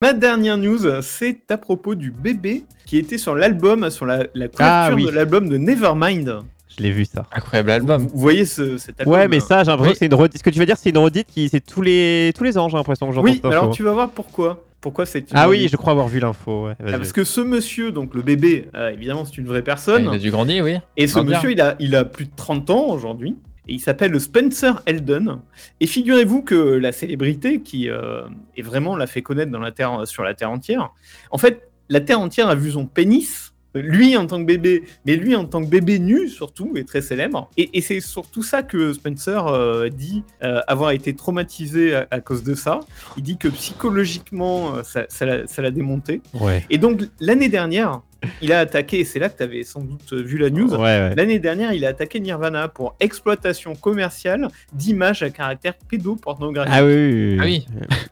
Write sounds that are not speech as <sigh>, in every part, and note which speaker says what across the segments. Speaker 1: Ma dernière news, c'est à propos du bébé qui était sur l'album, sur la, la couverture
Speaker 2: Ah, oui.
Speaker 1: de l'album de Nevermind.
Speaker 2: Je l'ai vu ça.
Speaker 3: Incroyable album.
Speaker 1: Vous voyez ce, cet album
Speaker 2: Ouais, mais
Speaker 1: euh,
Speaker 2: ça, j'ai l'impression
Speaker 3: Oui.
Speaker 2: que c'est une redite. Ce que tu veux dire, c'est une redite qui c'est tous les tous les ans, j'ai l'impression que j'entends
Speaker 1: Oui,
Speaker 2: cette info.
Speaker 1: alors tu vas voir pourquoi. Pourquoi c'est une
Speaker 2: Ah oui,
Speaker 1: envie.
Speaker 2: je crois avoir vu l'info. Ouais.
Speaker 1: Ah,
Speaker 2: Vas-y.
Speaker 1: parce que ce monsieur, donc le bébé, euh, évidemment, c'est une vraie
Speaker 3: Il
Speaker 2: Eh,
Speaker 1: personne.
Speaker 3: a dû grandir, oui.
Speaker 1: Et ce
Speaker 3: Ah, bien.
Speaker 1: monsieur, il a, il a plus de 30 ans aujourd'hui. Et il s'appelle Spencer Eldon. Et figurez-vous que la célébrité qui euh, est vraiment l'a fait connaître dans la terre, sur la Terre entière, en fait, la Terre entière a vu son pénis, lui en tant que bébé, mais lui en tant que bébé nu surtout, est très célèbre. Et, et c'est surtout ça que Spencer euh, dit euh, avoir été traumatisé à, à cause de ça. Il dit que psychologiquement, euh, ça- ça l'a- ça l'a démonté.
Speaker 2: Ouais.
Speaker 1: Et donc, l'année dernière, il a attaqué, et c'est là que tu avais sans doute vu la news,
Speaker 2: Ouais, ouais.
Speaker 1: l'année dernière, il a attaqué Nirvana pour exploitation commerciale d'images à caractère pédopornographique.
Speaker 2: Ah oui, oui, oui.
Speaker 3: Ah oui.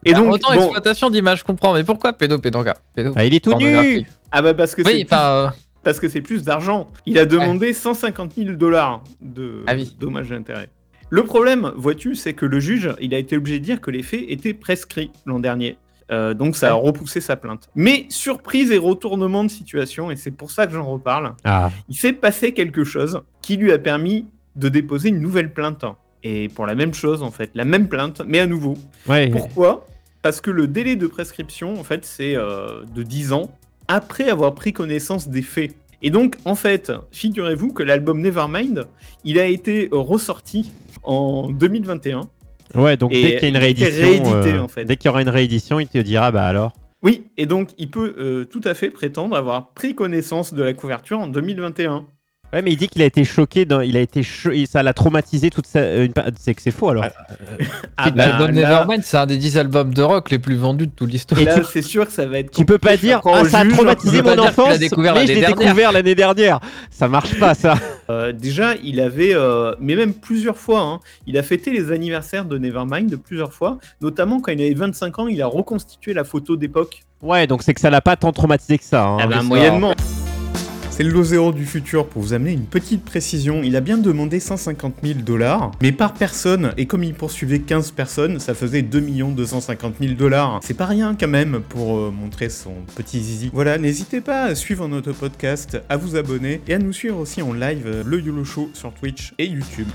Speaker 1: et
Speaker 3: Ah,
Speaker 1: donc,
Speaker 3: autant
Speaker 1: bon,
Speaker 3: exploitation d'image, je comprends, mais pourquoi pédo, pédoga pédo
Speaker 2: Ah, il est tout nu.
Speaker 3: pornographique.
Speaker 1: ah bah parce que c'est
Speaker 3: Oui, enfin, euh,
Speaker 1: plus- parce que c'est plus d'argent. Il a demandé 150 000 dollars de
Speaker 3: Ah oui.
Speaker 1: dommages et intérêts. Le problème, vois-tu, c'est que le juge, il a été obligé de dire que les faits étaient prescrits l'an dernier. Euh, donc ça a repoussé sa plainte. Mais surprise et retournement de situation, et c'est pour ça que j'en reparle.
Speaker 2: Ah.
Speaker 1: il s'est passé quelque chose qui lui a permis de déposer une nouvelle plainte. Et pour la même chose, en fait, la même plainte, mais à nouveau.
Speaker 2: Ouais.
Speaker 1: Pourquoi Parce que le délai de prescription, en fait, c'est euh, de 10 ans après avoir pris connaissance des faits. Et donc, en fait, figurez-vous que l'album Nevermind, il a été euh, ressorti en 2021.
Speaker 2: Ouais, donc
Speaker 1: Et
Speaker 2: dès qu'il y a une
Speaker 1: il était
Speaker 2: réédition,
Speaker 1: réédité,
Speaker 2: euh,
Speaker 1: en fait.
Speaker 2: dès qu'il y aura une réédition, il te dira bah alors.
Speaker 1: Oui, et donc il peut euh, tout à fait prétendre avoir pris connaissance de la couverture en 2021.
Speaker 2: Ouais, mais il dit qu'il a été choqué, dans- il a été cho- et ça l'a traumatisé toute sa. euh, une pa- C'est que c'est faux alors.
Speaker 1: Ah
Speaker 3: l'album
Speaker 1: bah, là-
Speaker 3: Nevermind, c'est un des 10 albums de rock les plus vendus de toute l'histoire.
Speaker 1: là, c'est sûr que ça va être
Speaker 2: Tu peux pas dire
Speaker 1: encore
Speaker 2: ah,
Speaker 1: au
Speaker 2: ça a
Speaker 1: juge,
Speaker 2: traumatisé
Speaker 3: tu peux
Speaker 2: mon
Speaker 3: pas dire qu'il
Speaker 2: enfance,
Speaker 3: l'a découvert
Speaker 2: mais je
Speaker 3: l'année
Speaker 2: l'ai
Speaker 3: dernière.
Speaker 2: découvert l'année dernière. Ça marche
Speaker 1: <laughs>
Speaker 2: pas ça.
Speaker 1: Euh, déjà, il avait, euh, mais même plusieurs fois, hein, il a fêté les anniversaires de Nevermind plusieurs fois, notamment quand il avait 25 ans, il a reconstitué la photo d'époque.
Speaker 2: Ouais, donc c'est que ça l'a pas tant traumatisé que ça. hein.
Speaker 1: Ah ben, moyennement. C'est le Lozero du futur pour vous amener une petite précision. Il a bien demandé 150 000 dollars, mais par personne, et comme il poursuivait 15 personnes, ça faisait 2 250 000 dollars. C'est pas rien quand même pour euh, montrer son petit zizi. Voilà, n'hésitez pas à suivre notre podcast, à vous abonner et à nous suivre aussi en live euh, le YOLO Show sur Twitch et YouTube.